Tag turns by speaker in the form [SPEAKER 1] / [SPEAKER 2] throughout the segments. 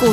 [SPEAKER 1] 股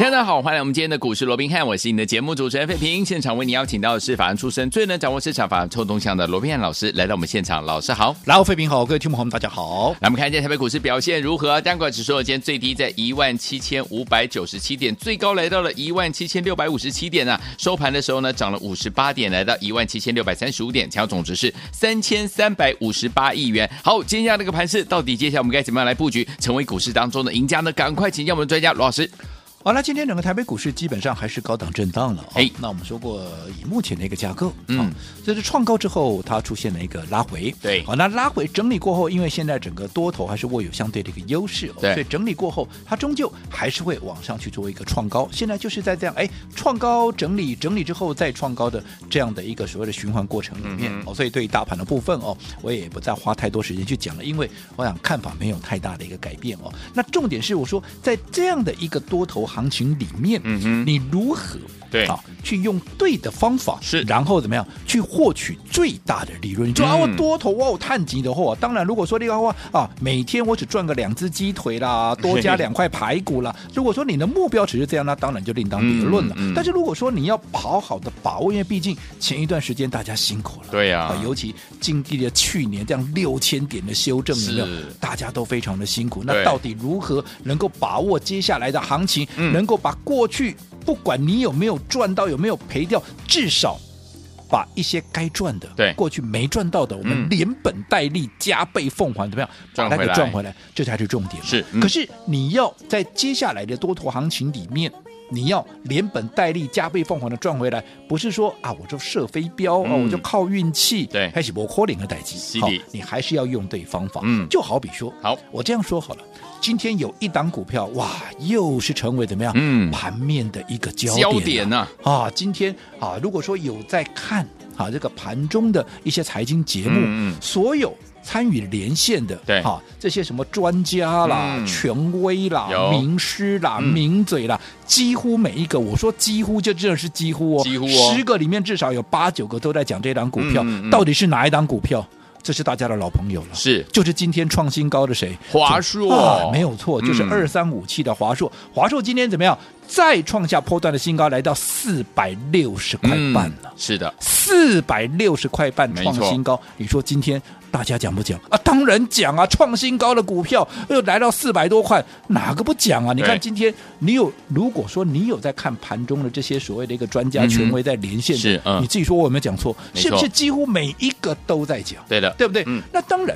[SPEAKER 2] 大家好，欢迎来我们今天的股市罗宾汉，我是你的节目主持人费平。现场为你邀请到的是法案出身、最能掌握市场法案臭动向的罗宾汉老师来到我们现场，老师好。
[SPEAKER 3] 然后，费平好，各位听众朋友们，大家好。
[SPEAKER 2] 来，我们看一下台北股市表现如何？单管指数今天最低在一万七千五百九十七点，最高来到了一万七千六百五十七点啊。收盘的时候呢，涨了五十八点，来到一万七千六百三十五点，成交总值是三千三百五十八亿元。好，今天这样的一个盘势，到底接下来我们该怎么样来布局，成为股市当中的赢家呢？赶快请教我们的专家罗老师。
[SPEAKER 3] 好了，今天整个台北股市基本上还是高档震荡了、哦。
[SPEAKER 2] 哎
[SPEAKER 3] 那我们说过，以目前的一个架构，
[SPEAKER 2] 嗯
[SPEAKER 3] 啊，这是创高之后它出现了一个拉回，
[SPEAKER 2] 对
[SPEAKER 3] 好、那拉回整理过后，因为现在整个多头还是握有相对的一个优势、哦，
[SPEAKER 2] 对
[SPEAKER 3] 所以整理过后，它终究还是会往上去做一个创高。现在就是在这样，哎，创高整理整理之后再创高的这样的一个所谓的循环过程里面、
[SPEAKER 2] 嗯
[SPEAKER 3] 哦，所以对于大盘的部分哦，我也不再花太多时间去讲了，因为我想看法没有太大的一个改变哦。那重点是我说，在这样的一个多头行情里面，
[SPEAKER 2] 嗯哼
[SPEAKER 3] 你如何
[SPEAKER 2] 对
[SPEAKER 3] 啊去用对的方法
[SPEAKER 2] 是
[SPEAKER 3] 然后怎么样去获取最大的利润？你说啊，
[SPEAKER 2] 嗯
[SPEAKER 3] 我多头哇，我探级的货、啊，当然如果说这个话啊，每天我只赚个两只鸡腿 啦，多加两块排骨啦。如果说你的目标只是这样，那当然就另当别论了。
[SPEAKER 2] 嗯嗯
[SPEAKER 3] 但是如果说你要好好的把握，因为毕竟前一段时间大家辛苦了，
[SPEAKER 2] 对呀啊
[SPEAKER 3] 啊尤其经历了去年这样六千点的修正，有没有
[SPEAKER 2] 是？
[SPEAKER 3] 大家都非常的辛苦。那
[SPEAKER 2] 对
[SPEAKER 3] 到底如何能够把握接下来的行情，
[SPEAKER 2] 嗯
[SPEAKER 3] 能够把过去不管你有没有赚到，有没有赔掉，至少。把一些该赚的，
[SPEAKER 2] 对
[SPEAKER 3] 过去没赚到的，我
[SPEAKER 2] 嗯
[SPEAKER 3] 们连本带利加倍奉还，怎么样？把
[SPEAKER 2] 赚
[SPEAKER 3] 那
[SPEAKER 2] 回
[SPEAKER 3] 个
[SPEAKER 2] 来
[SPEAKER 3] 赚回来，这才是重点嘛。
[SPEAKER 2] 是嗯
[SPEAKER 3] 可是你要在接下来的多头行情里面，你要连本带利加倍奉还的赚回来，不是说啊，我就射飞镖啊，
[SPEAKER 2] 嗯
[SPEAKER 3] 我就靠运气，
[SPEAKER 2] 对
[SPEAKER 3] 还是不可能的代
[SPEAKER 2] 是
[SPEAKER 3] 志。
[SPEAKER 2] 的
[SPEAKER 3] 你还是要用对方法。
[SPEAKER 2] 嗯
[SPEAKER 3] 就好比说，
[SPEAKER 2] 好
[SPEAKER 3] 我这样说好了，今天有一档股票，哇，又是成为怎么样？
[SPEAKER 2] 嗯
[SPEAKER 3] 盘面的一个焦点、
[SPEAKER 2] 焦点啊
[SPEAKER 3] 啊，今天啊，如果说有在看啊这个盘中的一些财经节目，
[SPEAKER 2] 嗯嗯
[SPEAKER 3] 所有参与连线的，
[SPEAKER 2] 对
[SPEAKER 3] 啊，这些什么专家啦、
[SPEAKER 2] 嗯
[SPEAKER 3] 权威啦
[SPEAKER 2] 有、
[SPEAKER 3] 名师啦、
[SPEAKER 2] 嗯
[SPEAKER 3] 名嘴啦，几乎每一个，我说几乎就真的是几乎哦，
[SPEAKER 2] 几乎哦
[SPEAKER 3] 十个里面至少有八九个都在讲这档股票，
[SPEAKER 2] 嗯嗯嗯
[SPEAKER 3] 到底是哪一档股票？这是大家的老朋友了，
[SPEAKER 2] 是
[SPEAKER 3] 就是今天创新高的谁？
[SPEAKER 2] 华硕
[SPEAKER 3] 啊，没有错，就是
[SPEAKER 2] 嗯
[SPEAKER 3] 二三五七的华硕。华硕今天怎么样？再创下波段的新高，来到四百六十块半了。
[SPEAKER 2] 嗯是的，
[SPEAKER 3] 四百六十块半
[SPEAKER 2] 没错
[SPEAKER 3] 创新高，你说今天大家讲不讲啊？当然讲啊！创新高的股票又来到四百多块，哪个不讲啊？你看今天你有，如果说你有在看盘中的这些所谓的一个专
[SPEAKER 2] 嗯
[SPEAKER 3] 家
[SPEAKER 2] 哼
[SPEAKER 3] 权威在连线的，
[SPEAKER 2] 是嗯
[SPEAKER 3] 你自己说我有没有讲错？
[SPEAKER 2] 没错
[SPEAKER 3] 是不是几乎每一个都在讲？
[SPEAKER 2] 对的，
[SPEAKER 3] 对不对？
[SPEAKER 2] 嗯
[SPEAKER 3] 那当然，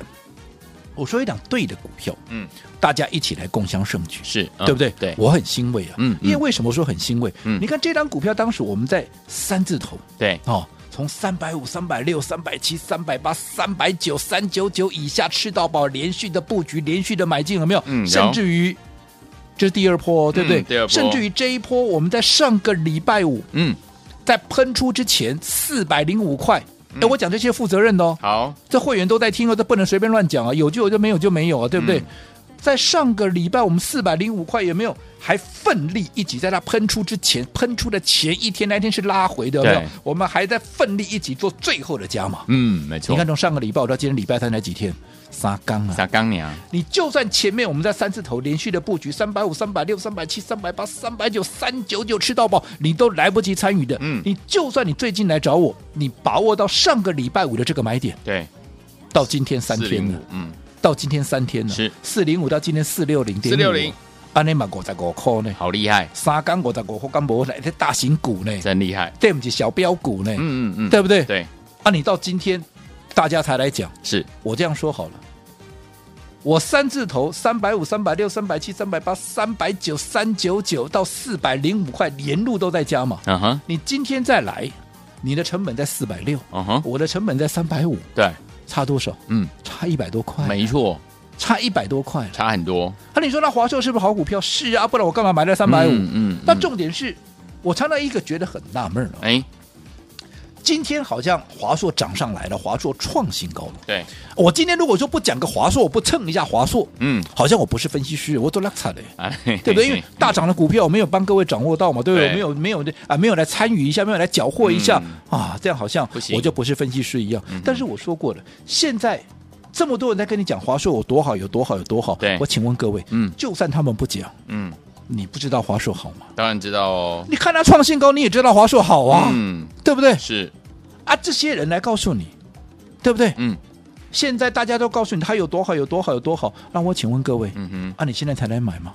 [SPEAKER 3] 我说一档对的股票，
[SPEAKER 2] 嗯，
[SPEAKER 3] 大家一起来共襄盛举，
[SPEAKER 2] 是，嗯
[SPEAKER 3] 对不对？
[SPEAKER 2] 对，
[SPEAKER 3] 我很欣慰啊，
[SPEAKER 2] 嗯嗯
[SPEAKER 3] 因为为什么说很欣慰？
[SPEAKER 2] 嗯
[SPEAKER 3] 你看这张股票当时我们在三字头
[SPEAKER 2] 对，
[SPEAKER 3] 哦。从三百五、三百六、三百七、三百八、三百九、三九九以下吃到饱，连续的布局，连续的买进，有没有？
[SPEAKER 2] 嗯有
[SPEAKER 3] 甚至于这是第二波哦，对不对？
[SPEAKER 2] 嗯第二波
[SPEAKER 3] 甚至于这一波，我们在上个礼拜五
[SPEAKER 2] 嗯，
[SPEAKER 3] 在喷出之前，四百零五块。哎、
[SPEAKER 2] 嗯
[SPEAKER 3] 我讲这些负责任的哦，
[SPEAKER 2] 好，
[SPEAKER 3] 这会员都在听哦，这不能随便乱讲啊，有就有，就没有就没有啊，对不对？
[SPEAKER 2] 嗯
[SPEAKER 3] 在上个礼拜，我们四百零五块有没有还奋力一起在它喷出之前，喷出的前一天那天是拉回的，有没有
[SPEAKER 2] 对？
[SPEAKER 3] 我们还在奋力一起做最后的加码。
[SPEAKER 2] 嗯，没错，
[SPEAKER 3] 你看，从上个礼拜到今天礼拜三才几天，沙刚啊！
[SPEAKER 2] 撒刚娘，
[SPEAKER 3] 你就算前面我们在三字头连续的布局，三百五、三百六、三百七、三百八、三百九、三九九吃到饱，你都来不及参与的。
[SPEAKER 2] 嗯
[SPEAKER 3] 你就算你最近来找我，你把握到上个礼拜五的这个买点，
[SPEAKER 2] 对，
[SPEAKER 3] 到今天三天
[SPEAKER 2] 405
[SPEAKER 3] 了，
[SPEAKER 2] 嗯，
[SPEAKER 3] 到今天三天了，
[SPEAKER 2] 是
[SPEAKER 3] 四零五到今天四六零点
[SPEAKER 2] 460，
[SPEAKER 3] 安尼嘛五十五块呢，
[SPEAKER 2] 好厉害，
[SPEAKER 3] 三缸五十五块干无来，这大型股呢，
[SPEAKER 2] 真厉害，
[SPEAKER 3] 对不起小标股呢，
[SPEAKER 2] 嗯嗯嗯，
[SPEAKER 3] 对不对？
[SPEAKER 2] 对，
[SPEAKER 3] 啊，你到今天大家才来讲，
[SPEAKER 2] 是，
[SPEAKER 3] 我这样说好了。我三字头三百五、三百六、三百七、三百八、三百九、三九九到四百零五块，连路都在加嘛。
[SPEAKER 2] 嗯哼，
[SPEAKER 3] 你今天再来，你的成本在四百六，
[SPEAKER 2] 嗯哼，
[SPEAKER 3] 我的成本在三百五，
[SPEAKER 2] 对，
[SPEAKER 3] 差多少？
[SPEAKER 2] 嗯，
[SPEAKER 3] 差一百多块，
[SPEAKER 2] 没错，
[SPEAKER 3] 差一百多块。
[SPEAKER 2] 差很多，
[SPEAKER 3] 那、你说那华硕是不是好股票？是啊，不然我干嘛买那三百五？
[SPEAKER 2] 嗯嗯
[SPEAKER 3] 那
[SPEAKER 2] 嗯
[SPEAKER 3] 重点是，我常常一个觉得很纳闷哦，
[SPEAKER 2] 哎，
[SPEAKER 3] 啊今天好像华硕涨上来了，华硕创新高了。
[SPEAKER 2] 对，
[SPEAKER 3] 我今天如果说不讲个华硕，我不蹭一下华硕，
[SPEAKER 2] 嗯，
[SPEAKER 3] 好像我不是分析师，我都拉扯的。
[SPEAKER 2] 啊，
[SPEAKER 3] 对不对？因为大涨的股票，我没有帮各位掌握到嘛，对不对？
[SPEAKER 2] 对
[SPEAKER 3] 我没有没有啊，没有来参与一下，没有来缴获一下、啊，这样好像
[SPEAKER 2] 嗯不行嗯
[SPEAKER 3] 我就不是分析师一样。但是我说过了，现在这么多人在跟你讲华硕有多好，有多好，有多好。
[SPEAKER 2] 对
[SPEAKER 3] 我请问各位，
[SPEAKER 2] 嗯
[SPEAKER 3] 就算他们不讲，
[SPEAKER 2] 嗯，
[SPEAKER 3] 你不知道华硕好吗？
[SPEAKER 2] 当然知道哦，
[SPEAKER 3] 你看它创新高，你也知道华硕好啊，
[SPEAKER 2] 嗯，
[SPEAKER 3] 对不对？
[SPEAKER 2] 是，
[SPEAKER 3] 啊，这些人来告诉你，对不对？
[SPEAKER 2] 嗯
[SPEAKER 3] 现在大家都告诉你它有多好，有多好，有多好。那我请问各位，
[SPEAKER 2] 嗯
[SPEAKER 3] 啊，你现在才来买吗？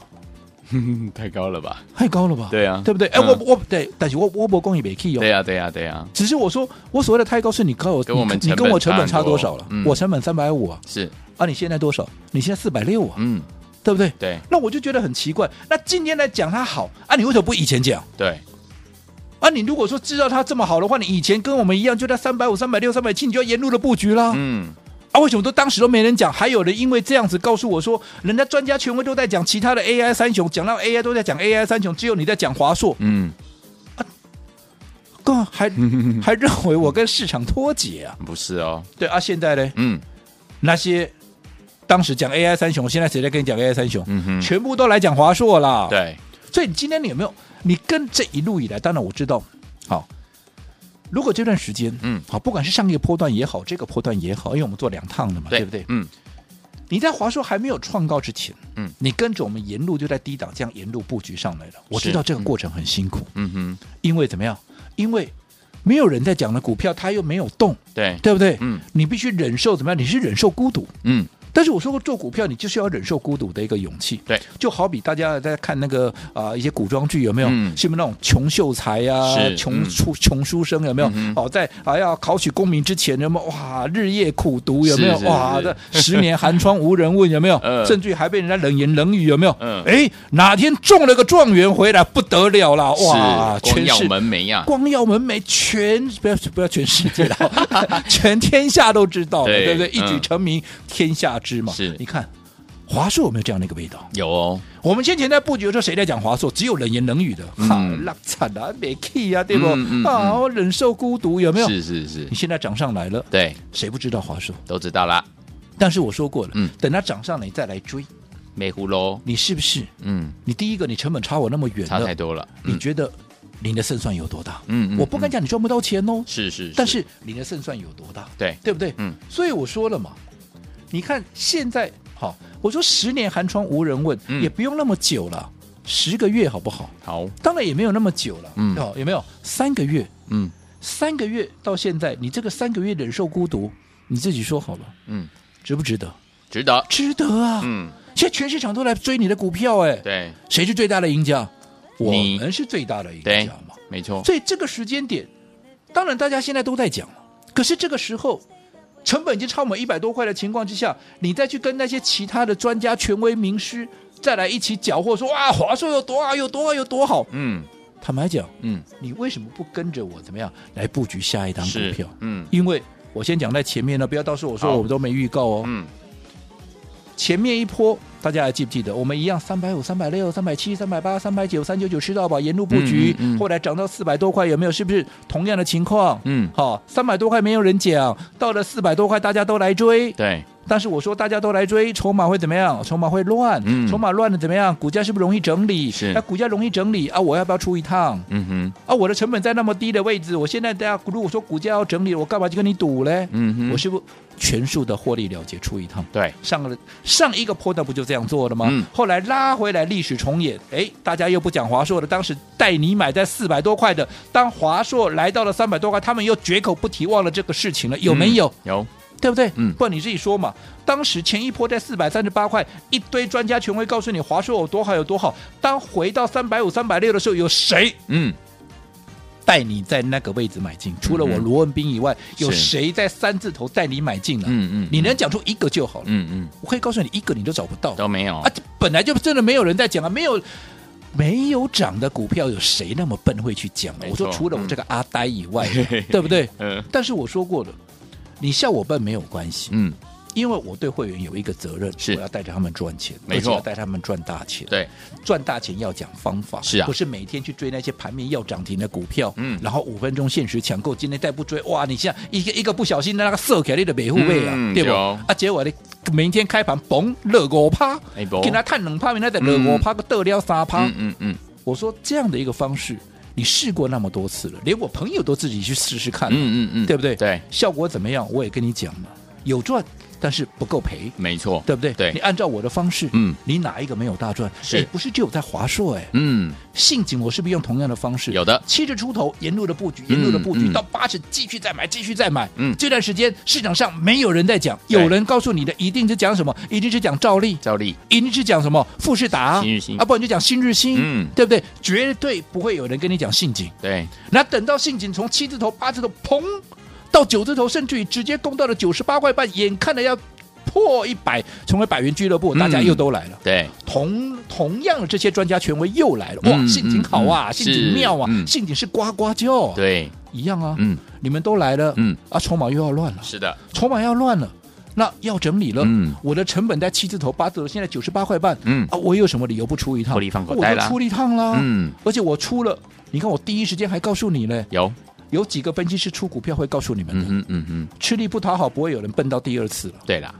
[SPEAKER 2] 哼， 太高了吧？
[SPEAKER 3] 太高了吧？
[SPEAKER 2] 对啊
[SPEAKER 3] 对不对？哎、
[SPEAKER 2] 嗯
[SPEAKER 3] 我我对，但是我我不供也没 key 哦
[SPEAKER 2] 对。呀，对呀，对呀，
[SPEAKER 3] 只是我说，我所谓的太高是你跟我
[SPEAKER 2] 跟我们
[SPEAKER 3] 你
[SPEAKER 2] 成本
[SPEAKER 3] 跟我成本
[SPEAKER 2] 差
[SPEAKER 3] 差
[SPEAKER 2] 很多
[SPEAKER 3] 多少了？
[SPEAKER 2] 嗯
[SPEAKER 3] 我成本三百五啊，
[SPEAKER 2] 是，
[SPEAKER 3] 啊，你现在多少？你现在四百六啊，
[SPEAKER 2] 嗯，
[SPEAKER 3] 对不对？
[SPEAKER 2] 对
[SPEAKER 3] 那我就觉得很奇怪。那今天来讲它好啊，你为什么不以前讲？
[SPEAKER 2] 对，
[SPEAKER 3] 啊，你如果说知道它这么好的话，你以前跟我们一样就在三百五、三百六、三百七，你就要沿路的布局啦。
[SPEAKER 2] 嗯，
[SPEAKER 3] 啊，为什么都当时都没人讲？还有人因为这样子告诉我说，人家专家权威都在讲其他的 AI 三雄，讲到 AI 都在讲 AI 三雄，只有你在讲华硕，
[SPEAKER 2] 嗯，
[SPEAKER 3] 更 还还认为我跟市场脱节啊？
[SPEAKER 2] 不是哦，
[SPEAKER 3] 对啊，现在呢？
[SPEAKER 2] 嗯
[SPEAKER 3] 那些当时讲 AI 三雄，现在谁在跟你讲 AI 三雄？
[SPEAKER 2] 嗯哼，
[SPEAKER 3] 全部都来讲华硕啦。，
[SPEAKER 2] 对，
[SPEAKER 3] 所以你今天你有没有？你跟这一路以来，当然我知道，好，如果这段时间，
[SPEAKER 2] 嗯
[SPEAKER 3] 好，不管是上一个波段也好，这个波段也好，因为我们做两趟的嘛，啊对不对？
[SPEAKER 2] 嗯，
[SPEAKER 3] 你在华硕还没有创高之前，
[SPEAKER 2] 嗯，
[SPEAKER 3] 你跟着我们沿路就在低档这样沿路布局上来了。我知道这个过程很辛苦，
[SPEAKER 2] 嗯哼，
[SPEAKER 3] 因为怎么样？因为没有人在讲的股票，它又没有动，
[SPEAKER 2] 对，
[SPEAKER 3] 对不对？
[SPEAKER 2] 嗯
[SPEAKER 3] 你必须忍受怎么样？你是忍受孤独，
[SPEAKER 2] 嗯，
[SPEAKER 3] 但是我说过，做股票你就是要忍受孤独的一个勇气。
[SPEAKER 2] 对，
[SPEAKER 3] 就好比大家在看那个啊、呃一些古装剧有没有？
[SPEAKER 2] 嗯
[SPEAKER 3] 是不是那种穷秀才呀、
[SPEAKER 2] 是
[SPEAKER 3] 穷
[SPEAKER 2] 嗯
[SPEAKER 3] 出、穷书生有没有？
[SPEAKER 2] 嗯哼
[SPEAKER 3] 哦，在啊要考取功名之前有没有？哇，日夜苦读有没有？
[SPEAKER 2] 是是
[SPEAKER 3] 哇，
[SPEAKER 2] 是
[SPEAKER 3] 这十年寒窗无人问 有没有？
[SPEAKER 2] 呃
[SPEAKER 3] 甚至于还被人家冷言冷语有没有？
[SPEAKER 2] 嗯
[SPEAKER 3] 哎，哪天中了个状元回来不得了了，哇，
[SPEAKER 2] 是光
[SPEAKER 3] 全
[SPEAKER 2] 耀
[SPEAKER 3] 是
[SPEAKER 2] 门楣啊呀，
[SPEAKER 3] 光耀门楣，全不要不要全世界 了，全天下都知道了，
[SPEAKER 2] 对
[SPEAKER 3] 对不对？一
[SPEAKER 2] 嗯
[SPEAKER 3] 举成名，天下知嘛。
[SPEAKER 2] 是
[SPEAKER 3] 你看华硕有没有这样的一个味道？
[SPEAKER 2] 有哦，
[SPEAKER 3] 我们先前在布局的时候，谁在讲华硕？只有冷言冷语的，哈，拉惨啊，没 key 啊，对不？
[SPEAKER 2] 嗯嗯嗯
[SPEAKER 3] 啊，
[SPEAKER 2] 嗯
[SPEAKER 3] 我忍受孤独，有没有？
[SPEAKER 2] 是是是
[SPEAKER 3] 你，现在涨上来了，
[SPEAKER 2] 对，
[SPEAKER 3] 谁不知道华硕？
[SPEAKER 2] 都知道啦，
[SPEAKER 3] 但是我说过了，
[SPEAKER 2] 嗯
[SPEAKER 3] 等它涨上来再来追，
[SPEAKER 2] 没糊喽，
[SPEAKER 3] 你是不是？
[SPEAKER 2] 嗯，
[SPEAKER 3] 你第一个，你成本差我那么远
[SPEAKER 2] 差太
[SPEAKER 3] 了，
[SPEAKER 2] 多了，
[SPEAKER 3] 你
[SPEAKER 2] 嗯
[SPEAKER 3] 觉得你的胜算有多大？
[SPEAKER 2] 嗯嗯
[SPEAKER 3] 我不敢讲你赚不到钱哦，
[SPEAKER 2] 是是，
[SPEAKER 3] 但是你的胜算有多大？
[SPEAKER 2] 对，
[SPEAKER 3] 对不对？
[SPEAKER 2] 嗯，
[SPEAKER 3] 所以我说了嘛，你看现在好，我说十年寒窗无人问，
[SPEAKER 2] 嗯
[SPEAKER 3] 也不用那么久了，十个月好不好？
[SPEAKER 2] 好，
[SPEAKER 3] 当然也没有那么久了，
[SPEAKER 2] 嗯
[SPEAKER 3] 哦，有没有三个月？
[SPEAKER 2] 嗯
[SPEAKER 3] 三个月到现在，你这个三个月忍受孤独，你自己说好了，
[SPEAKER 2] 嗯，
[SPEAKER 3] 值不值得？
[SPEAKER 2] 值得，
[SPEAKER 3] 值得啊！
[SPEAKER 2] 嗯，
[SPEAKER 3] 现在全市场都来追你的股票，哎，
[SPEAKER 2] 对
[SPEAKER 3] 谁是最大的赢家？我
[SPEAKER 2] 你
[SPEAKER 3] 们是最大的赢
[SPEAKER 2] 对
[SPEAKER 3] 家嘛。，
[SPEAKER 2] 没错，
[SPEAKER 3] 所以这个时间点，当然大家现在都在讲了，可是这个时候。成本已经超我们一百多块的情况之下，你再去跟那些其他的专家、权威、名师再来一起搅和，说哇，华硕有多好，有多好，有多好。
[SPEAKER 2] 嗯
[SPEAKER 3] 坦白讲，
[SPEAKER 2] 嗯，
[SPEAKER 3] 你为什么不跟着我怎么样来布局下一档股
[SPEAKER 2] 是
[SPEAKER 3] 票？，
[SPEAKER 2] 嗯
[SPEAKER 3] 因为我先讲在前面呢，不要到时候我说
[SPEAKER 2] 好
[SPEAKER 3] 我们都没预告哦。
[SPEAKER 2] 嗯，
[SPEAKER 3] 前面一波大家还记不记得？我们一样三百五、三百六、三百七、三百八、三百九、三九九吃到饱，沿路布局，
[SPEAKER 2] 嗯嗯嗯
[SPEAKER 3] 后来涨到四百多块，有没有？是不是同样的情况？
[SPEAKER 2] 嗯
[SPEAKER 3] 好，三百多块没有人讲，到了四百多块大家都来追，
[SPEAKER 2] 对，
[SPEAKER 3] 但是我说大家都来追，筹码会怎么样？筹码会乱，
[SPEAKER 2] 嗯
[SPEAKER 3] 筹码乱了怎么样？股价是不是容易整理？
[SPEAKER 2] 是
[SPEAKER 3] 那股价容易整理啊，我要不要出一趟？
[SPEAKER 2] 嗯哼，
[SPEAKER 3] 啊，我的成本在那么低的位置，我现在大家如果说股价要整理，我干嘛去跟你赌嘞？
[SPEAKER 2] 嗯哼，
[SPEAKER 3] 我是不是全数的获利了结出一趟？
[SPEAKER 2] 对，
[SPEAKER 3] 上个上一个波段不就这样做的吗？
[SPEAKER 2] 嗯
[SPEAKER 3] 后来拉回来，历史重演。哎，大家又不讲华硕了。当时带你买在四百多块的，当华硕来到了三百多块，他们又绝口不提忘了这个事情了，有没有？
[SPEAKER 2] 嗯？有，
[SPEAKER 3] 对不对？
[SPEAKER 2] 嗯
[SPEAKER 3] 不然你自己说嘛。当时前一波在四百三十八块，一堆专家权威告诉你华硕有多好有多好。当回到三百五、三百六的时候，有谁
[SPEAKER 2] 嗯，
[SPEAKER 3] 带你在那个位置买进？除了我
[SPEAKER 2] 嗯
[SPEAKER 3] 罗文斌以外，
[SPEAKER 2] 是
[SPEAKER 3] 有谁在三字头带你买进了？
[SPEAKER 2] 嗯嗯
[SPEAKER 3] 你能讲出一个就好了。
[SPEAKER 2] 嗯
[SPEAKER 3] 我可以告诉你，一个你都找不到
[SPEAKER 2] 嗯，都没有
[SPEAKER 3] 啊！，这本来就真的没有人在讲啊，没有没有涨的股票，有谁那么笨会去讲啊？
[SPEAKER 2] 没
[SPEAKER 3] 我
[SPEAKER 2] 错
[SPEAKER 3] 说除了我这个阿呆以外，
[SPEAKER 2] 嗯
[SPEAKER 3] 对不对？
[SPEAKER 2] 嗯
[SPEAKER 3] 但是我说过了，你笑我笨没有关系，
[SPEAKER 2] 嗯，
[SPEAKER 3] 因为我对会员有一个责任，
[SPEAKER 2] 是
[SPEAKER 3] 我要带着他们赚钱，
[SPEAKER 2] 没错
[SPEAKER 3] 而且要带他们赚大钱。
[SPEAKER 2] 对，
[SPEAKER 3] 赚大钱要讲方法，
[SPEAKER 2] 是啊
[SPEAKER 3] 不是每天去追那些盘面要涨停的股票，
[SPEAKER 2] 嗯
[SPEAKER 3] 然后五分钟限时抢购，今天再不追，哇，你像一个一个不小心那个射开你的维护费啊，
[SPEAKER 2] 嗯
[SPEAKER 3] 对不？
[SPEAKER 2] 对哦
[SPEAKER 3] 啊，结果呢，明天开盘嘣，乐五趴
[SPEAKER 2] 哎不，
[SPEAKER 3] 给他啊探冷趴，明天再乐五趴，个得了三趴，
[SPEAKER 2] 嗯嗯嗯，
[SPEAKER 3] 我说这样的一个方式，你试过那么多次了，连我朋友都自己去试试看了，
[SPEAKER 2] 嗯嗯嗯
[SPEAKER 3] 对不对？
[SPEAKER 2] 对，
[SPEAKER 3] 效果怎么样？我也跟你讲了，有赚，但是不够赔。
[SPEAKER 2] 没错，
[SPEAKER 3] 对不对？
[SPEAKER 2] 对
[SPEAKER 3] 你按照我的方式，
[SPEAKER 2] 嗯，
[SPEAKER 3] 你哪一个没有大赚？
[SPEAKER 2] 是
[SPEAKER 3] 哎不是只有在华硕哎？
[SPEAKER 2] 嗯，
[SPEAKER 3] 信锦我是不是用同样的方式？
[SPEAKER 2] 有的
[SPEAKER 3] 七十出头沿路的布局，沿路的布局、
[SPEAKER 2] 嗯
[SPEAKER 3] 到八十继续再买，继续再买。
[SPEAKER 2] 嗯
[SPEAKER 3] 这段时间市场上没有人在讲，
[SPEAKER 2] 对
[SPEAKER 3] 有人告诉你的一定是讲什么？一定是讲照例。
[SPEAKER 2] 照例，
[SPEAKER 3] 一定是讲什么富士达，
[SPEAKER 2] 新日新
[SPEAKER 3] 啊，不然就讲新日新，
[SPEAKER 2] 嗯
[SPEAKER 3] 对不对？绝对不会有人跟你讲信锦。
[SPEAKER 2] 对，
[SPEAKER 3] 那等到信锦从七字头、八字头，砰到九字头，甚至于直接攻到了九十八块半，眼看着要破一百，成为百元俱乐部，
[SPEAKER 2] 嗯
[SPEAKER 3] 大家又都来了。
[SPEAKER 2] 对，
[SPEAKER 3] 同同样，这些专家权威又来了。哇，
[SPEAKER 2] 嗯
[SPEAKER 3] 信锦好啊，
[SPEAKER 2] 嗯嗯
[SPEAKER 3] 信锦妙啊，
[SPEAKER 2] 是嗯
[SPEAKER 3] 信锦是呱呱叫、啊，，
[SPEAKER 2] 对，
[SPEAKER 3] 一样啊。
[SPEAKER 2] 嗯，
[SPEAKER 3] 你们都来了，
[SPEAKER 2] 嗯
[SPEAKER 3] 啊，筹码又要乱了，
[SPEAKER 2] 是的，
[SPEAKER 3] 筹码要乱了。那要整理了，
[SPEAKER 2] 嗯
[SPEAKER 3] 我的成本在七字头、八字头，现在九十八块半，
[SPEAKER 2] 嗯
[SPEAKER 3] 啊，我有什么理由不出一趟？
[SPEAKER 2] 获利放口
[SPEAKER 3] 我
[SPEAKER 2] 袋
[SPEAKER 3] 都
[SPEAKER 2] 啦
[SPEAKER 3] 出了一趟啦，
[SPEAKER 2] 嗯，
[SPEAKER 3] 而且我出了，你看我第一时间还告诉你嘞，
[SPEAKER 2] 有，
[SPEAKER 3] 有几个分析师出股票会告诉你们
[SPEAKER 2] 嗯
[SPEAKER 3] 的，
[SPEAKER 2] 嗯嗯嗯，
[SPEAKER 3] 吃力不讨好，不会有人笨到第二次了。
[SPEAKER 2] 对啦，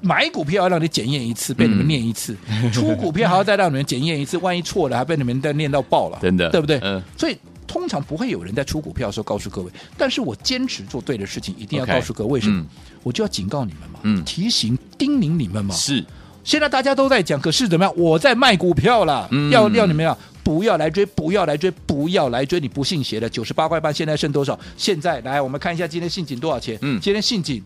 [SPEAKER 3] 买股票要让你检验一次，被你们
[SPEAKER 2] 嗯
[SPEAKER 3] 念一次；出股票还要再让你们检验一次，万一错了还被你们再念到爆了，
[SPEAKER 2] 真的
[SPEAKER 3] 对不对？
[SPEAKER 2] 嗯
[SPEAKER 3] 所以通常不会有人在出股票的时候告诉各位，但是我坚持做对的事情，一定要
[SPEAKER 2] OK，
[SPEAKER 3] 告诉各位为什么
[SPEAKER 2] 嗯？
[SPEAKER 3] 我就要警告你们嘛，
[SPEAKER 2] 嗯
[SPEAKER 3] 提醒、叮咛你们嘛。
[SPEAKER 2] 是，
[SPEAKER 3] 现在大家都在讲，可是怎么样？我在卖股票啦，
[SPEAKER 2] 嗯
[SPEAKER 3] 要要你们要不要来追？不要来追！不要来追！你不信邪的，九十八块半，现在剩多少？现在来，我们看一下今天信锦多少钱？
[SPEAKER 2] 嗯
[SPEAKER 3] 今天信锦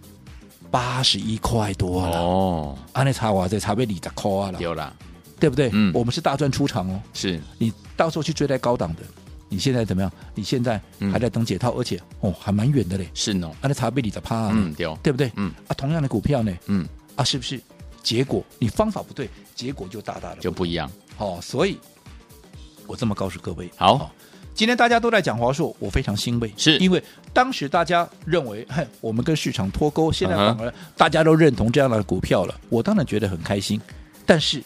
[SPEAKER 3] 八十一块多了。
[SPEAKER 2] 哦，
[SPEAKER 3] 安内差哇，这差被你的扣啊了，
[SPEAKER 2] 有啦，
[SPEAKER 3] 对不对？
[SPEAKER 2] 嗯
[SPEAKER 3] 我们是大赚出场哦，
[SPEAKER 2] 是，
[SPEAKER 3] 你到时候去追在高档的，你现在怎么样？你现在
[SPEAKER 2] 嗯
[SPEAKER 3] 还在等解套，而且哦还蛮远的嘞，
[SPEAKER 2] 是喏，
[SPEAKER 3] 安内差被你的趴啊，
[SPEAKER 2] 嗯，对哦，
[SPEAKER 3] 对不对？
[SPEAKER 2] 嗯
[SPEAKER 3] 啊，同样的股票呢，
[SPEAKER 2] 嗯，
[SPEAKER 3] 啊是不是？结果你方法不对，结果就大大的
[SPEAKER 2] 就不一样，
[SPEAKER 3] 哦，所以我这么告诉各位，
[SPEAKER 2] 好
[SPEAKER 3] 哦今天大家都在讲华硕，我非常欣慰，
[SPEAKER 2] 是
[SPEAKER 3] 因为当时大家认为，哼，我们跟市场脱钩，现在
[SPEAKER 2] 嗯哼
[SPEAKER 3] 反而大家都认同这样的股票了，我当然觉得很开心。但是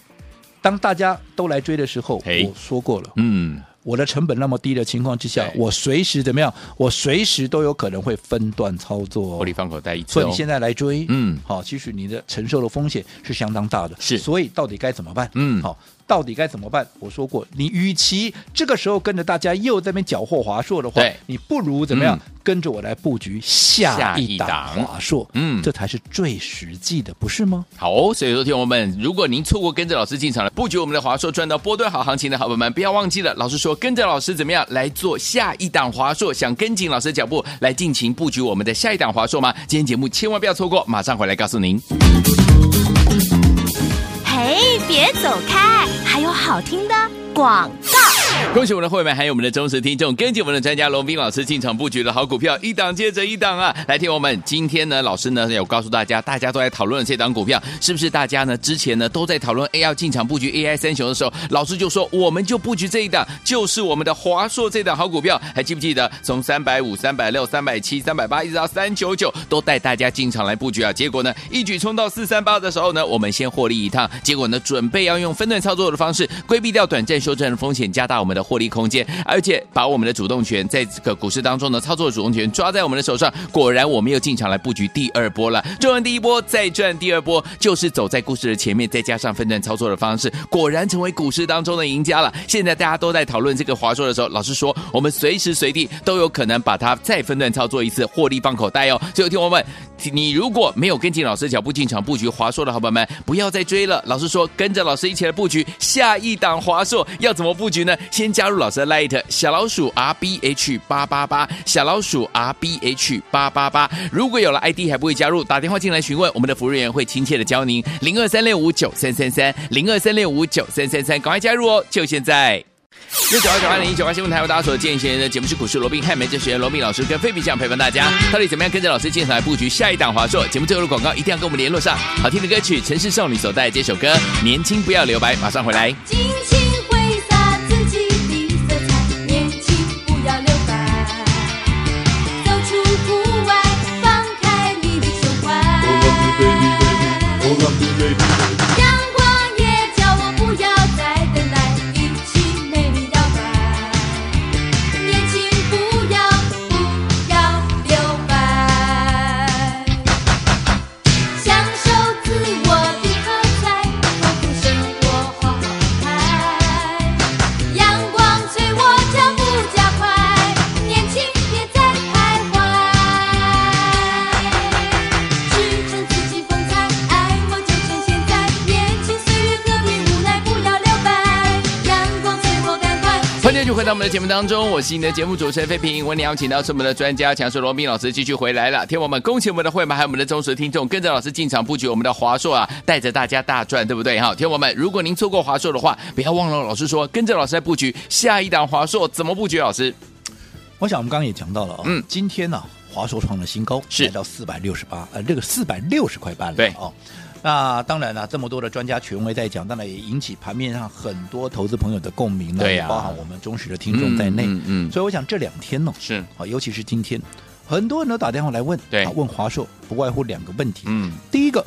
[SPEAKER 3] 当大家都来追的时候，
[SPEAKER 2] 嘿
[SPEAKER 3] 我说过了，
[SPEAKER 2] 嗯，
[SPEAKER 3] 我的成本那么低的情况之下，
[SPEAKER 2] 对
[SPEAKER 3] 我随时怎么样，我随时都有可能会分段操作、
[SPEAKER 2] 获
[SPEAKER 3] 哦
[SPEAKER 2] 利。放口袋一次
[SPEAKER 3] 所以
[SPEAKER 2] 哦
[SPEAKER 3] 你，现在来追，
[SPEAKER 2] 嗯
[SPEAKER 3] 好，其实你的承受的风险是相当大的，
[SPEAKER 2] 是
[SPEAKER 3] 所以到底该怎么办？
[SPEAKER 2] 嗯
[SPEAKER 3] 好，到底该怎么办？我说过，你与其这个时候跟着大家又在那边缴获华硕的话
[SPEAKER 2] 对，嗯
[SPEAKER 3] 你不如怎么样、跟着我来布局下一档
[SPEAKER 2] 下一档
[SPEAKER 3] 华硕，
[SPEAKER 2] 嗯
[SPEAKER 3] 这才是最实际的，不是吗？
[SPEAKER 2] 好、哦，所以说，听友们，如果您错过跟着老师进场了，布局我们的华硕赚到波段好行情的好朋友们，不要忘记了，老师说跟着老师怎么样来做下一档华硕，想跟紧老师的脚步来尽情布局我们的下一档华硕吗？今天节目千万不要错过，马上回来告诉您。
[SPEAKER 1] 嘿，别走开，还有好听的广告。
[SPEAKER 2] 恭喜我们的会员，还有我们的忠实听众，跟紧我们的专家龙斌老师进场布局的好股票，一档接着一档啊！来，听我们，今天呢，老师呢有告诉大家，大家都在讨论这档股票，是不是大家呢之前呢都在讨论 AI 要进场布局 AI 三雄的时候，老师就说我们就布局这一档，就是我们的华硕这档好股票，还记不记得？从三百五、三百六、三百七、三百八一直到三九九，都带大家进场来布局啊！结果呢，一举冲到四三八的时候呢，我们先获利一趟，结果呢，准备要用分段操作的方式规避掉短暂修正的风险，加大我们的获利空间，而且把我们的主动权在这个股市当中呢，操作的主动权抓在我们的手上。果然，我们又进场来布局第二波了，赚完第一波再赚第二波，就是走在故事的前面，再加上分段操作的方式，果然成为股市当中的赢家了。现在大家都在讨论这个华硕的时候，老师说我们随时随地都有可能把它再分段操作一次，获利放口袋哦。所以，听我们，你如果没有跟进老师的脚步进场布局华硕的好朋友们，不要再追了。老师说，跟着老师一起来布局下一档华硕，要怎么布局呢？先加入老师的 Light 小老鼠 R B H 八八八，小老鼠 R B H 八八八。如果有了 ID 还不会加入，打电话进来询问，我们的服务人员会亲切的教您零二三六五九三三三零二三六五九三三三，赶快加入哦，就现在。六九二九二零一九八新闻台为大家所见现的节目是股市罗宾汉梅哲学员罗宾老师跟费比酱陪伴大家，到底怎么样跟着老师进场来布局下一档华硕？节目最后的广告一定要跟我们联络上。好听的歌曲，城市少女所带来这首歌《年轻不要留白》，马上回来。
[SPEAKER 4] 尽情挥洒自己的色彩，年轻不要留白。走出户外，放开你的胸怀。
[SPEAKER 2] 到我们的节目当中，我是你的节目主持人费平。我们邀请到是我们的专家强硕罗斌老师继续回来了。天王们，恭喜我们的会员还有我们的忠实听众，跟着老师进场布局我们的华硕啊，带着大家大赚，对不对？哈，天王们，如果您错过华硕的话，不要忘了老师说，跟着老师来布局下一档华硕怎么布局？老师，
[SPEAKER 3] 我想我们刚刚也讲到了啊、
[SPEAKER 2] 嗯
[SPEAKER 3] 今天呢、华硕创了新高，
[SPEAKER 2] 是
[SPEAKER 3] 来到四百六十八，呃，这个四百六十块半了，
[SPEAKER 2] 对
[SPEAKER 3] 哦。那当然了、这么多的专家权威在讲，当然也引起盘面上很多投资朋友的共鸣呢，
[SPEAKER 2] 对呀
[SPEAKER 3] 包含我们忠实的听众在内。
[SPEAKER 2] 嗯嗯嗯
[SPEAKER 3] 所以我想这两天呢、
[SPEAKER 2] 是
[SPEAKER 3] 啊，尤其是今天，很多人都打电话来问，
[SPEAKER 2] 对
[SPEAKER 3] 啊问华硕，不外乎两个问题。
[SPEAKER 2] 嗯
[SPEAKER 3] 第一个，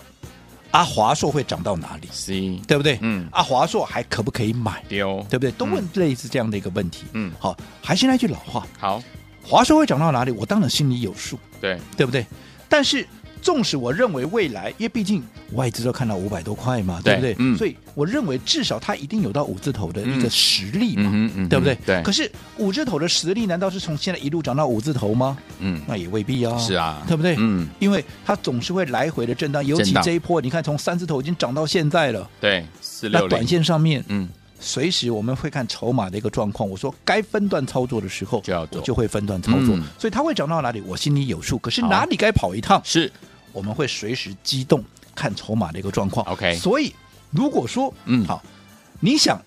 [SPEAKER 3] 啊，华硕会涨到哪里，
[SPEAKER 2] C
[SPEAKER 3] 对不对？
[SPEAKER 2] 嗯
[SPEAKER 3] 啊，华硕还可不可以买，
[SPEAKER 2] 丢
[SPEAKER 3] 对不对？都问类似这样的一个问题。
[SPEAKER 2] 嗯
[SPEAKER 3] 好，还是那句老话，
[SPEAKER 2] 好，
[SPEAKER 3] 华硕会涨到哪里，我当然心里有数，
[SPEAKER 2] 对，
[SPEAKER 3] 对不对？但是，纵使我认为未来，因为毕竟外资都看到五百多块嘛，
[SPEAKER 2] 对
[SPEAKER 3] 对不对？
[SPEAKER 2] 嗯
[SPEAKER 3] 所以我认为至少它一定有到五字头的一
[SPEAKER 2] 嗯
[SPEAKER 3] 个实力嘛，
[SPEAKER 2] 嗯哼嗯哼
[SPEAKER 3] 对不对？
[SPEAKER 2] 对
[SPEAKER 3] 可是五字头的实力，难道是从现在一路涨到五字头吗？
[SPEAKER 2] 嗯，
[SPEAKER 3] 那也未必啊。
[SPEAKER 2] 是啊
[SPEAKER 3] 对不对？
[SPEAKER 2] 嗯，
[SPEAKER 3] 因为它总是会来回的震荡，尤
[SPEAKER 2] 震
[SPEAKER 3] 其
[SPEAKER 2] 荡
[SPEAKER 3] 这一波，你看从三字头已经涨到现在了，
[SPEAKER 2] 对，四
[SPEAKER 3] 那
[SPEAKER 2] 六
[SPEAKER 3] 短
[SPEAKER 2] 零，
[SPEAKER 3] 线上面，
[SPEAKER 2] 嗯，
[SPEAKER 3] 随时我们会看筹码的一个状况。我说该分段操作的时候，
[SPEAKER 2] 就要做
[SPEAKER 3] 我就会分段操作。
[SPEAKER 2] 嗯
[SPEAKER 3] 所以它会涨到哪里，我心里有数。可是
[SPEAKER 2] 好
[SPEAKER 3] 哪里该跑一趟，
[SPEAKER 2] 是
[SPEAKER 3] 我们会随时机动看筹码的一个状况。
[SPEAKER 2] OK
[SPEAKER 3] 所以如果说，
[SPEAKER 2] 嗯
[SPEAKER 3] 好，你想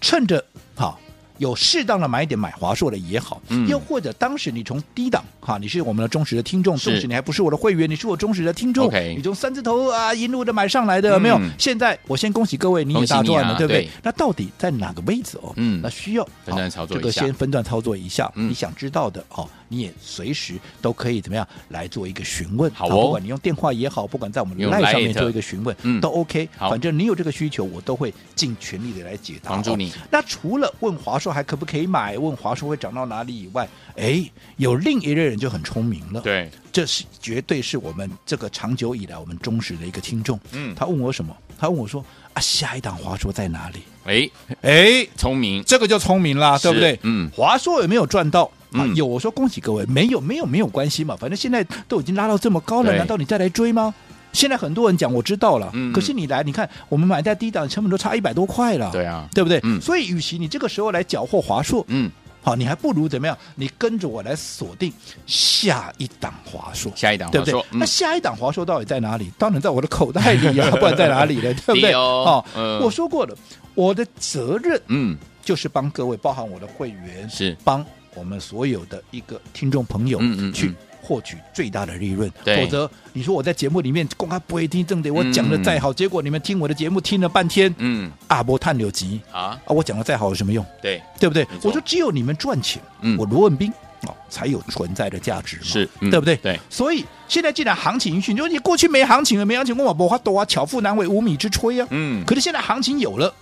[SPEAKER 3] 趁着好。有适当的买点买华硕的也好，
[SPEAKER 2] 嗯
[SPEAKER 3] 又或者当时你从低档哈，你是我们的忠实的听众，
[SPEAKER 2] 是
[SPEAKER 3] 纵使你还不是我的会员，你是我忠实的听众
[SPEAKER 2] OK
[SPEAKER 3] 你从三字头啊一路的买上来的，有没有
[SPEAKER 2] 嗯？
[SPEAKER 3] 现在我先恭喜各位，你
[SPEAKER 2] 恭
[SPEAKER 3] 也
[SPEAKER 2] 喜
[SPEAKER 3] 大
[SPEAKER 2] 你
[SPEAKER 3] 赚
[SPEAKER 2] 啊
[SPEAKER 3] 了，对不对
[SPEAKER 2] 对？
[SPEAKER 3] 那到底在哪个位置哦？
[SPEAKER 2] 嗯
[SPEAKER 3] 那需要
[SPEAKER 2] 分段操作
[SPEAKER 3] 好这个
[SPEAKER 2] 一下
[SPEAKER 3] 先分段操作一下。
[SPEAKER 2] 嗯
[SPEAKER 3] 你想知道的哦，你也随时都可以怎么样来做一个询问。
[SPEAKER 2] 好哦
[SPEAKER 3] 不管你用电话也好，不管在我们
[SPEAKER 2] 用
[SPEAKER 3] Line 上
[SPEAKER 2] Lite
[SPEAKER 3] 面做一个询问，
[SPEAKER 2] 嗯
[SPEAKER 3] 都 OK。
[SPEAKER 2] 好
[SPEAKER 3] 反正你有这个需求，我都会尽全力的来解答。
[SPEAKER 2] 帮助你
[SPEAKER 3] 哦那除了问华硕还可不可以买，问华硕会涨到哪里以外，哎，有另一类人就很聪明了。。
[SPEAKER 2] 对，
[SPEAKER 3] 这是绝对是我们这个长久以来我们忠实的一个听众。
[SPEAKER 2] 嗯
[SPEAKER 3] 他问我什么？他问我说啊，下一档华硕在哪里？
[SPEAKER 2] 哎，
[SPEAKER 3] 哎，
[SPEAKER 2] 聪明，
[SPEAKER 3] 这个就聪明啦，
[SPEAKER 2] 是
[SPEAKER 3] 对不对？
[SPEAKER 2] 嗯
[SPEAKER 3] 华硕有没有赚到？啊
[SPEAKER 2] 嗯，
[SPEAKER 3] 有，我说恭喜各位，没有，没有，没有关系嘛，反正现在都已经拉到这么高了，
[SPEAKER 2] 对
[SPEAKER 3] 难道你再来追吗？现在很多人讲我知道了，
[SPEAKER 2] 嗯
[SPEAKER 3] 可是你来，你看我们买在低档成本都差一百多块了，
[SPEAKER 2] 对啊
[SPEAKER 3] 对不对？
[SPEAKER 2] 嗯
[SPEAKER 3] 所以，与其你这个时候来缴获华硕，
[SPEAKER 2] 嗯，
[SPEAKER 3] 好，你还不如怎么样？你跟着我来锁定下一档华硕，
[SPEAKER 2] 下一档
[SPEAKER 3] 对
[SPEAKER 2] 华
[SPEAKER 3] 不对
[SPEAKER 2] 硕，？嗯
[SPEAKER 3] 那下一档华硕到底在哪里？当然在我的口袋里 啊，不然在哪里呢？对不
[SPEAKER 2] 对
[SPEAKER 3] 对？
[SPEAKER 2] 哦嗯
[SPEAKER 3] 我说过了，我的责任
[SPEAKER 2] 嗯，
[SPEAKER 3] 就是帮各位，包含我的会员，
[SPEAKER 2] 是
[SPEAKER 3] 帮我们所有的一个听众朋友，
[SPEAKER 2] 嗯嗯嗯
[SPEAKER 3] 去获取最大的利润。
[SPEAKER 2] 对
[SPEAKER 3] 否则你说我在节目里面公开不会听正点，我
[SPEAKER 2] 嗯
[SPEAKER 3] 讲的再好，结果你们听我的节目听了半天，
[SPEAKER 2] 嗯
[SPEAKER 3] 阿波探柳集
[SPEAKER 2] 啊，
[SPEAKER 3] 啊，我讲的再好有什么用？
[SPEAKER 2] 对，
[SPEAKER 3] 对不对
[SPEAKER 2] 没？错
[SPEAKER 3] 我说只有你们赚钱，
[SPEAKER 2] 嗯
[SPEAKER 3] 我罗文斌哦才有存在的价值嘛，
[SPEAKER 2] 是嗯
[SPEAKER 3] 对不对？
[SPEAKER 2] 对。
[SPEAKER 3] 所以现在既然行情允许，你说你过去没行情了，没行情，我不花多啊，巧妇难为无米之炊啊。
[SPEAKER 2] 嗯
[SPEAKER 3] 可是现在行情有了，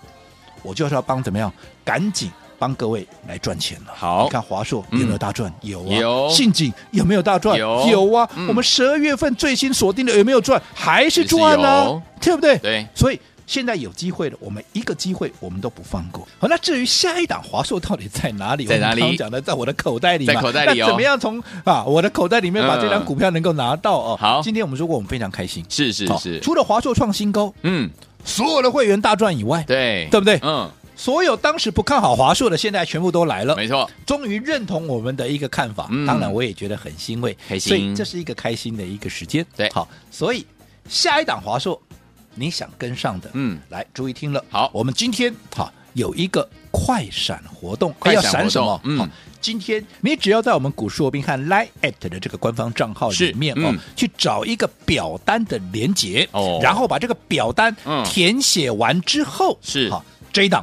[SPEAKER 3] 我就是要帮怎么样，赶紧。帮各位来赚钱了。
[SPEAKER 2] 好嗯
[SPEAKER 3] 你看华硕有没有大赚？有啊。
[SPEAKER 2] 有
[SPEAKER 3] 信锦有没有大赚？
[SPEAKER 2] 有
[SPEAKER 3] 啊。
[SPEAKER 2] 嗯
[SPEAKER 3] 我们十二月份最新锁定的有没有赚？还是赚呢、
[SPEAKER 2] 还是有
[SPEAKER 3] 对不对？
[SPEAKER 2] 对
[SPEAKER 3] 所以现在有机会了，我们一个机会我们都不放过。好，那至于下一档华硕到底在哪里？
[SPEAKER 2] 在哪里
[SPEAKER 3] 我们刚刚讲的，在我的口袋里嘛，
[SPEAKER 2] 在口袋里哦
[SPEAKER 3] 那怎么样从啊我的口袋里面把这
[SPEAKER 2] 嗯
[SPEAKER 3] 张股票能够拿到哦？
[SPEAKER 2] 好
[SPEAKER 3] 今天我们说过，我们非常开心。
[SPEAKER 2] 是是
[SPEAKER 3] 好
[SPEAKER 2] 是，
[SPEAKER 3] 除了华硕创新高，
[SPEAKER 2] 嗯，
[SPEAKER 3] 所有的会员大赚以外，
[SPEAKER 2] 对，
[SPEAKER 3] 对不对
[SPEAKER 2] 嗯，
[SPEAKER 3] 所有当时不看好华硕的，现在全部都来了。
[SPEAKER 2] 没错，
[SPEAKER 3] 终于认同我们的一个看法，
[SPEAKER 2] 嗯
[SPEAKER 3] 当然我也觉得很欣慰，
[SPEAKER 2] 开心
[SPEAKER 3] 所以这是一个开心的一个时间。
[SPEAKER 2] 对
[SPEAKER 3] 好，所以下一档华硕，你想跟上的，
[SPEAKER 2] 嗯
[SPEAKER 3] 来注意听了。
[SPEAKER 2] 好
[SPEAKER 3] 我们今天好有一个快闪活动，
[SPEAKER 2] 快闪
[SPEAKER 3] 哎要闪什么
[SPEAKER 2] 活？动嗯
[SPEAKER 3] 好，今天你只要在我们股市罗宾汉 Line at 的这个官方账号
[SPEAKER 2] 是
[SPEAKER 3] 里面
[SPEAKER 2] 嗯
[SPEAKER 3] 哦，去找一个表单的连接，
[SPEAKER 2] 哦
[SPEAKER 3] 然后把这个表单
[SPEAKER 2] 嗯
[SPEAKER 3] 填写完之后，
[SPEAKER 2] 是
[SPEAKER 3] 好这一档。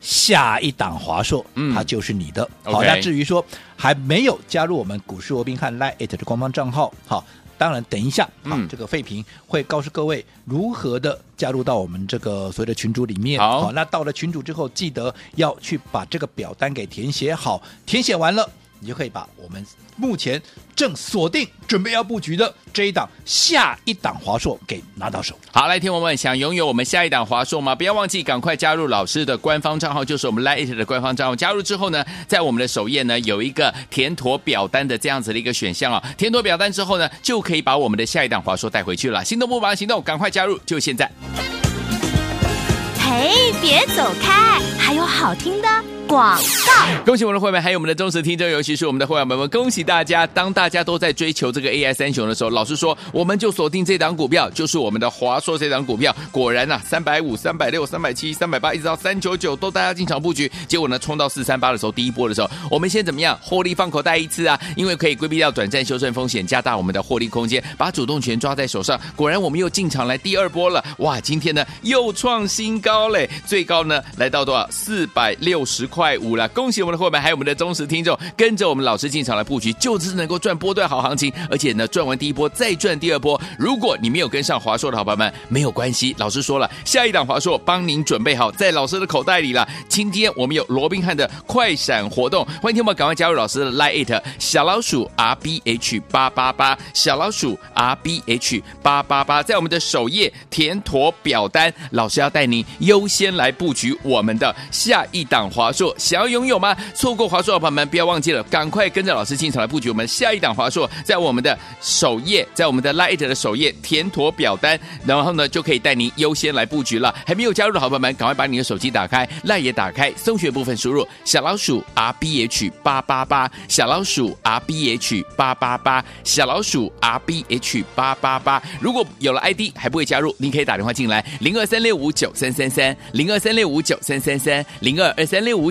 [SPEAKER 3] 下一档华硕，
[SPEAKER 2] 嗯
[SPEAKER 3] 它就是你的。好，
[SPEAKER 2] OK
[SPEAKER 3] 那至于说还没有加入我们股市罗宾汉 Line It 的官方账号，好，当然等一下，好，
[SPEAKER 2] 嗯
[SPEAKER 3] 这个费评会告诉各位如何的加入到我们这个所谓的群组里面。
[SPEAKER 2] 好
[SPEAKER 3] 那到了群组之后，记得要去把这个表单给填写好，填写完了。你就可以把我们目前正锁定、准备要布局的这一档、下一档华硕给拿到手。
[SPEAKER 2] 好，来，听我们想拥有我们下一档华硕吗？不要忘记赶快加入老师的官方账号，就是我们 Lite 的官方账号。加入之后呢，在我们的首页呢有一个填妥表单的这样子的一个选项哦。填妥表单之后呢，就可以把我们的下一档华硕带回去了。心动不马上行动，赶快加入，就现在。
[SPEAKER 1] 嘿，别走开，还有好听的广。
[SPEAKER 2] 恭喜我们的会员，还有我们的忠实听众，尤其是我们的会员们，恭喜大家！当大家都在追求这个 AI 三雄的时候，老实说，我们就锁定这档股票，就是我们的华硕这档股票。果然呐、啊，三百五、三百六、三百七、三百八，一直到三九九，都大家进场布局。结果呢，冲到四三八的时候，第一波的时候，我们先怎么样？获利放口袋一次啊，因为可以规避掉短暂修正风险，加大我们的获利空间，把主动权抓在手上。果然，我们又进场来第二波了。哇，今天呢又创新高嘞，最高呢来到多少？四百六十块五了。恭喜我们的伙伴，还有我们的忠实听众，跟着我们老师进场来布局，就是能够赚波段好行情。而且呢，赚完第一波再赚第二波。如果你没有跟上华硕的好朋友们，没有关系，老师说了，下一档华硕帮您准备好，在老师的口袋里了。今天我们有罗宾汉的快闪活动，欢迎听我们赶快加入老师的 Line It 小老鼠 R B H 八八八小老鼠 R B H 八八八，在我们的首页填妥表单，老师要带您优先来布局我们的下一档华硕，想要拥有。有吗？错过华硕的朋友们，不要忘记了，赶快跟着老师进场来布局我们下一档华硕，在我们的首页，在我们的 Light 的首页填妥表单，然后呢就可以带您优先来布局了。还没有加入的好朋友们，赶快把你的手机打开，Light 也打开，搜寻部分输入小老鼠 R B H 八八八，小老鼠 R B H 八八八，小老鼠 R B H 八八八。如果有了 ID 还不会加入，您可以打电话进来，零二三六五九三三三，零二三六五九三三三，零二二三六五